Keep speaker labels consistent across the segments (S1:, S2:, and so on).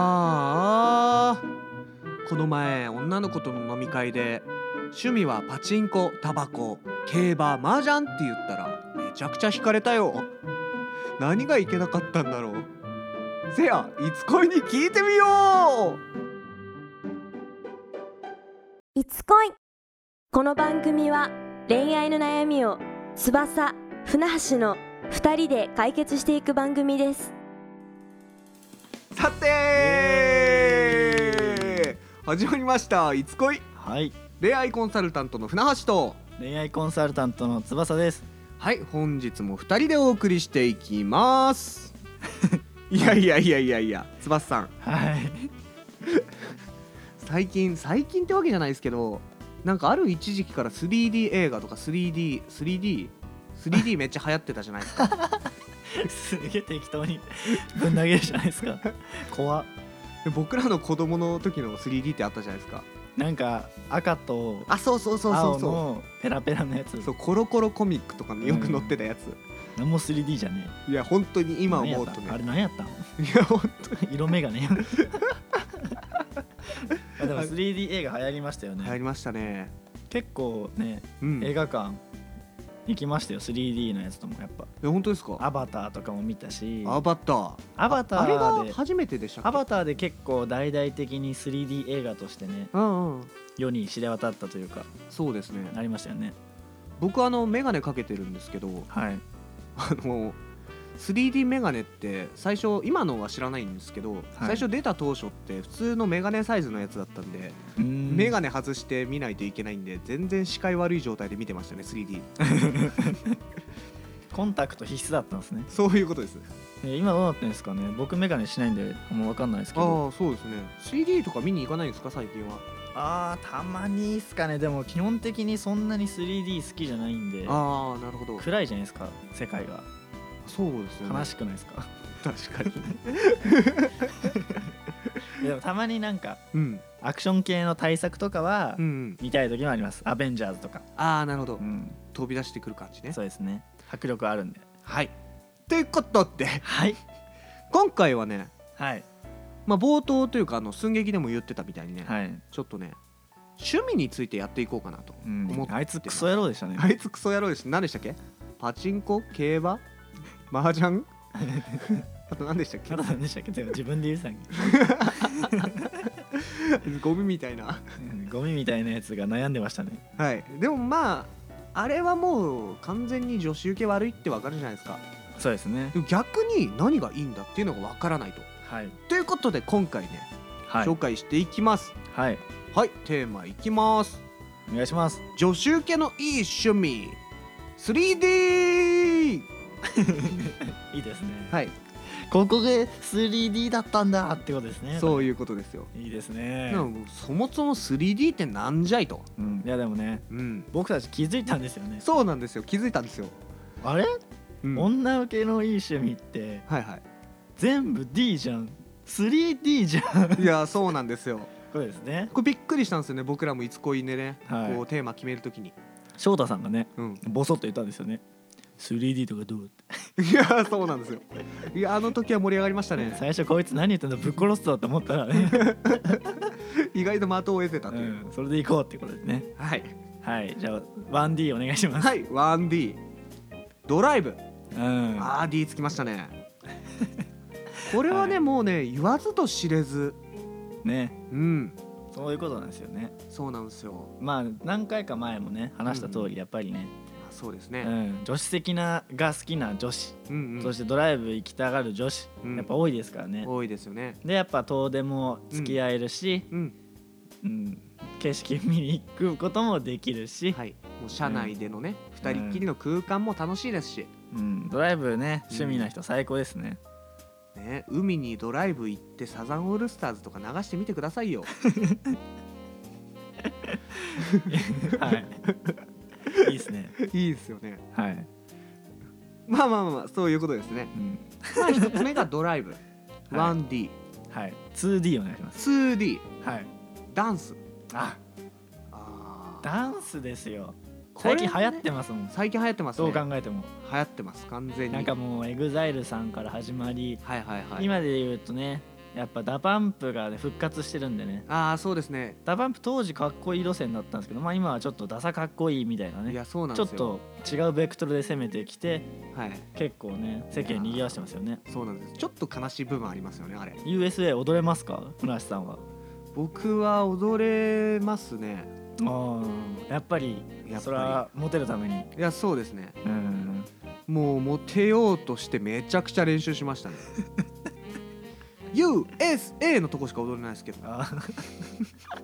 S1: あーあーこの前女の子との飲み会で趣味はパチンコタバコ競馬麻雀って言ったらめちゃくちゃ惹かれたよ何がいけなかったんだろうせやいつ恋に聞いてみよう
S2: いつ恋この番組は恋愛の悩みを翼船橋の2人で解決していく番組です
S1: さて始まりました「いつ恋
S3: はい、」
S1: 恋愛コンサルタントの船橋と
S3: 恋愛コンサルタントの翼です。
S1: はい本日も2人でお送りしていきますいやいやいやいやいや翼さん
S3: はい。
S1: 最近最近ってわけじゃないですけどなんかある一時期から 3D 映画とか 3D3D3D めっちゃ流行ってたじゃない ですか
S3: すげえ適当にぶん投げるじゃないですか。怖っ。
S1: で僕らの子供の時の 3D ってあったじゃないですか
S3: なんか赤と
S1: あそうそうそうそ
S3: 青
S1: うそ
S3: のペラペラのやつ
S1: う。そうコロコロコミックとかによく載ってたやつ、
S3: なんも 3D じゃねえ。
S1: いや本当に今
S3: 何や
S1: 思
S3: っ
S1: う
S3: た
S1: と
S3: あ
S1: ね
S3: れ何やったん
S1: いやほん
S3: 色眼鏡。 あでも 3D 映画流行りましたよ
S1: 流行り
S3: ね。
S1: ましたね
S3: 結構ね、
S1: うん
S3: 映
S1: え
S3: 画館行きましたよ。3D のやつともやっぱ。
S1: 本当ですか
S3: アバターとかも見たし。
S1: アバター
S3: アバタ
S1: あれ
S3: ー
S1: が
S3: で。
S1: 初めてでしたっけ
S3: アバターで結構大々的に 3D 映画としてね
S1: うんうん
S3: 世に知れ渡ったというか
S1: そうですね
S3: なりましたよね
S1: 僕あの眼鏡かけてるんですけど
S3: はい
S1: あの 3D メガネって最初今のは知らないんですけど、最初出た当初って普通のメガネサイズのやつだったんで、メガネ外して見ないといけないんで全然視界悪い状態で見てましたね 3D
S3: コンタクト必須だったんですね
S1: そういうことです
S3: え今どうなってんですかね僕メガネしないんであんま分かんないですけど
S1: ああそうですね 3D とか見に行かないんですか最近は
S3: あーたまにっすかねでも基本的にそんなに 3D 好きじゃないんで
S1: ああなるほど
S3: 暗いじゃないですか世界が
S1: そうですよね
S3: 悲しくないですか、
S1: 確かに
S3: いやでもたまになんか
S1: うん
S3: アクション系の対策とかは
S1: うんうん
S3: 見たい時もあります「アベンジャーズ」とか、
S1: ああなるほど、
S3: うん、
S1: 飛び出してくる感じね
S3: そうですね迫力あるんで
S1: はいということで
S3: はい
S1: 今回はね
S3: はい
S1: まあ冒頭というかあの寸劇でも言ってたみたいにね、
S3: はい、
S1: ちょっとね趣味についてやっていこうかなと、思って
S3: あいつクソ野郎でしたね
S1: あいつクソ野郎です何でしたっけパチンコ競馬麻 雀あと何でしたっけ
S3: あと何でしたっけ全部自分で言うさん
S1: ゴミみたいな
S3: ゴミみたいなやつが悩んでましたね
S1: はいでもまああれはもう完全に女子受け悪いってわかるじゃないですか
S3: そうですね
S1: でも逆に何がいいんだっていうのがわからないと
S3: はい
S1: ということで今回ね、
S3: はい
S1: 紹介していきます
S3: はい
S1: はいテーマいきます
S3: お願いします
S1: 女子受けのいい趣味 3D
S3: いいですね、
S1: はい
S3: ここで 3D だったんだってことですね
S1: そう
S3: う
S1: いうことですよ
S3: いいですね
S1: でもそもそも 3D ってなんじゃいと、
S3: うんいやでもね
S1: うん、
S3: 僕たち気づいたんですよね
S1: そうなんですよ気づいたんですよ、
S3: あれ、
S1: うんはい
S3: 女受けのいい趣味って
S1: はい
S3: 全部 D じゃん 3D じゃん
S1: いやそうなんですよ
S3: これですね
S1: これびっくりしたんですよね僕らもいつ恋でね、
S3: はい
S1: こうテーマ決めるときに、
S3: 翔太さんがね
S1: うん、
S3: ボソッと言ったんですよね 3D とかどうって
S1: いやそうなんですよいやあの時は盛り上がりましたね
S3: 最初こいつ何言ってんだぶっ殺すぞと思ったらね、
S1: 意外と的を得てたと
S3: う
S1: いう、
S3: ん、それで行こうってことですね
S1: はい
S3: はいじゃあ 1D お願いします、
S1: はい 1D ドライブ
S3: うん、
S1: あー D つきましたね これはね、
S3: はい
S1: もうね言わずと知れず
S3: ね
S1: うん
S3: そういうことなんですよね
S1: そうなんですよ
S3: まあ何回か前もね話した通りやっぱりね、
S1: あそうです
S3: うん
S1: ね、
S3: 女子的なが好きな女子、
S1: うんうん
S3: そしてドライブ行きたがる女子、
S1: うん
S3: やっぱ多いですからね
S1: 多いですよね
S3: でやっぱ遠出も付き合えるし、
S1: うん
S3: うん景色見に行くこともできるし、
S1: はい、もう社内でのね、
S3: う
S1: 二
S3: ん
S1: 人っきりの空間も楽しいですし、
S3: うん、ドライブね趣味な人最高ですね、
S1: ね、海にドライブ行ってサザンオールスターズとか流してみてくださいよ
S3: はい いいですね
S1: いいですよね
S3: はい、
S1: まあまあまあまあそういうことですね
S3: うん
S1: まあ一つ目がドライ ブ 1D2D、
S3: はい、2D お願いします
S1: 2D
S3: はい
S1: ダンス
S3: あ
S1: あー
S3: ダンスですよ
S1: これ
S3: 最
S1: ね
S3: 近流行ってますもん、
S1: 最近流行ってます
S3: ど
S1: ね
S3: う考えても
S1: 流行ってます完全に
S3: なんかもう EXILE さんから始まり
S1: はいはいはい
S3: 今で言うとねやっぱダパンプがね復活してるんでね
S1: ああそうですね
S3: ダパンプ当時かっこいい路線だったんですけどまあ今はちょっとダサかっこいいみたいないね
S1: やそうなん
S3: ちょ
S1: で
S3: っ
S1: すよ
S3: と違うベクトルで攻めてきて
S1: はい
S3: 結構ね世間にぎわしてますよね
S1: そうなんですちょっと悲しい部分ありますよねあれ
S3: USA 踊れますか船橋さんは
S1: 僕は踊れますね
S3: ああやっぱり
S1: やっ
S3: それは
S1: ぱ
S3: モテるために
S1: りいやそうですね
S3: うん
S1: もうモテようとしてめちゃくちゃ練習しました ね USA のとこしか踊れないですけど
S3: あー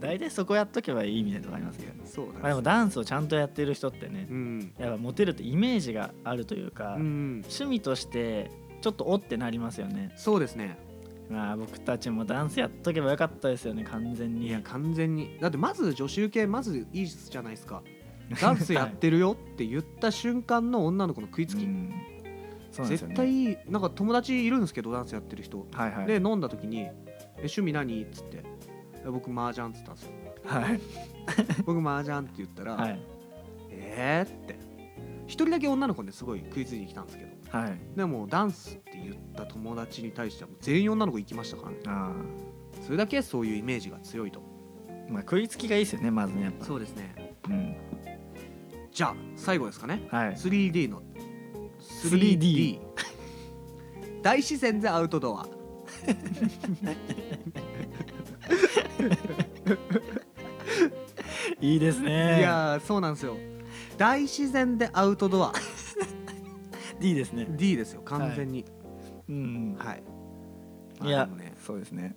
S3: 大体そこやっとけばいいみたいなとこありますけど、ね
S1: そうなん
S3: まあ、でもダンスをちゃんとやってる人ってね
S1: うん
S3: やっぱモテるってイメージがあるというか、
S1: うん
S3: 趣味としてちょっとおってなりますよね
S1: そうですね
S3: まあ僕たちもダンスやっとけばよかったですよね完全に
S1: いや完全にだってまず女子受けまずいいじゃないですか ダンスやってるよって言った瞬間の女の子の食いつき、
S3: うんそうなんですよ
S1: 絶
S3: ね
S1: 対いいなんか友達いるんですけどダンスやってる人、
S3: はいはい
S1: で飲んだ時に「え趣味何?」っつってえ「僕麻雀」っつったんですよ
S3: はい
S1: 「僕麻雀」って言ったら「
S3: はい
S1: えー?」って一人だけ女の子ですごい食いついてきたんですけど
S3: はい
S1: でもダンスって言った友達に対してはもう全員女の子行きましたからね
S3: あ
S1: それだけそういうイメージが強いと
S3: ーまあ食いつきがいいですよねまずねやっぱ
S1: うですね
S3: うん
S1: じゃあ最後ですかね
S3: はい、
S1: 3D の
S3: 3D
S1: 大自然でアウトドア
S3: いいですね
S1: いやーそうなんですよ大自然でアウトドア
S3: いいですね
S1: D ですよ完全に
S3: うん、
S1: はい、
S3: いや
S1: まあでもね
S3: そうですね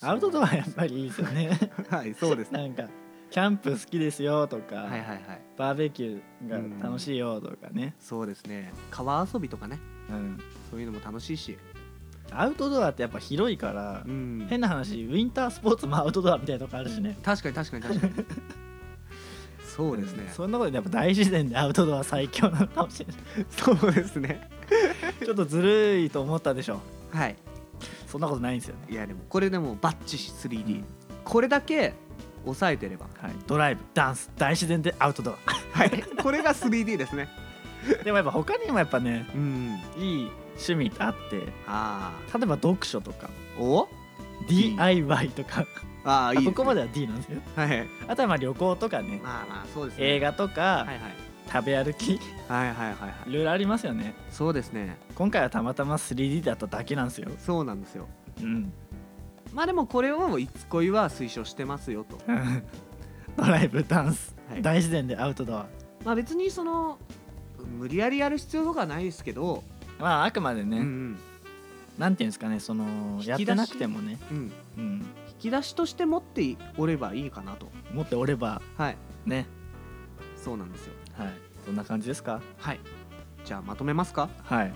S3: アウトドアやっぱりいいですよね
S1: はいそうですね
S3: なんかキャンプ好きですよとか、
S1: はいはいはい
S3: バーベキューが楽しいよとかね、
S1: そうですね川遊びとかね
S3: うん
S1: そういうのも楽しいし
S3: アウトドアってやっぱ広いから、
S1: うん
S3: 変な話ウィンタースポーツもアウトドアみたいなとこあるしね
S1: 確かに確かに確か にそうですね
S3: んそんなことでやっぱ大自然でアウトドア最強なのかもしれない
S1: そうですね
S3: ちょっとずるいと思ったでしょ
S1: はい
S3: そんなことないんですよね、
S1: いやでもこれでもうバッチし 3D これだけ押さえてれば
S3: はい、ドライブダンス大自然でア ウトドア
S1: はいこれが 3D ですね
S3: でもやっぱ他にもやっぱね
S1: うん
S3: いい趣味ってあって
S1: あ
S3: 例えば読書とか
S1: あお
S3: DIY とか
S1: ああいい
S3: あここま
S1: で
S3: では D なんですよ
S1: すねはい
S3: あとはまあ旅行とかね
S1: まあまあそうですね
S3: 映画とか、
S1: はいはい
S3: 食べ歩きい
S1: はいはいはいはい
S3: ろいろありますよね
S1: そうですね
S3: 今回はたまたま 3D だっただけなんですよ
S1: そうなんですよ
S3: うん
S1: まあでもこれをいつ恋は推奨してますよと、
S3: ドライブダンス、
S1: はい
S3: 大自然でアウトドア
S1: まあ別にその無理やりやる必要とかはないですけど、
S3: まああくまでね、
S1: うんうん
S3: なんていうんですかねその
S1: 引き出し
S3: やってなくてもね、
S1: うん、
S3: うん、
S1: 引き出しとして持っておればいいかなと
S3: 持っておれば
S1: はい
S3: ね
S1: そうなんですよ
S3: はいそんな感じですか
S1: はいじゃあまとめますか
S3: はい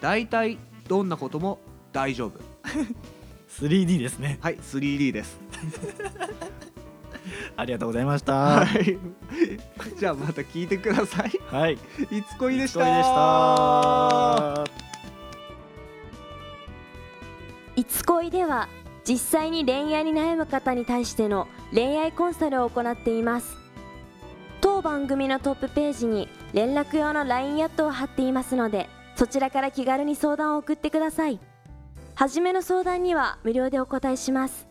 S1: 大体どんなことも大丈夫
S3: 3D ですね
S1: はい 3D です
S3: ありがとうございました
S1: はい じゃあまた聞いてください
S3: はい
S1: いつこいでした
S3: いつこいでした
S2: いつ恋では実際に恋愛に悩む方に対しての恋愛コンサルを行っています当番組のトップページに連絡用の LINE アットを貼っていますのでそちらから気軽に相談を送ってください初めの相談には無料でお答えします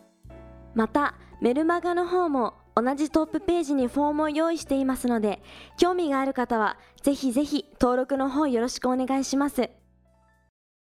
S2: またメルマガの方も同じトップページにフォームを用意していますので興味がある方はぜひぜひ登録の方よろしくお願いします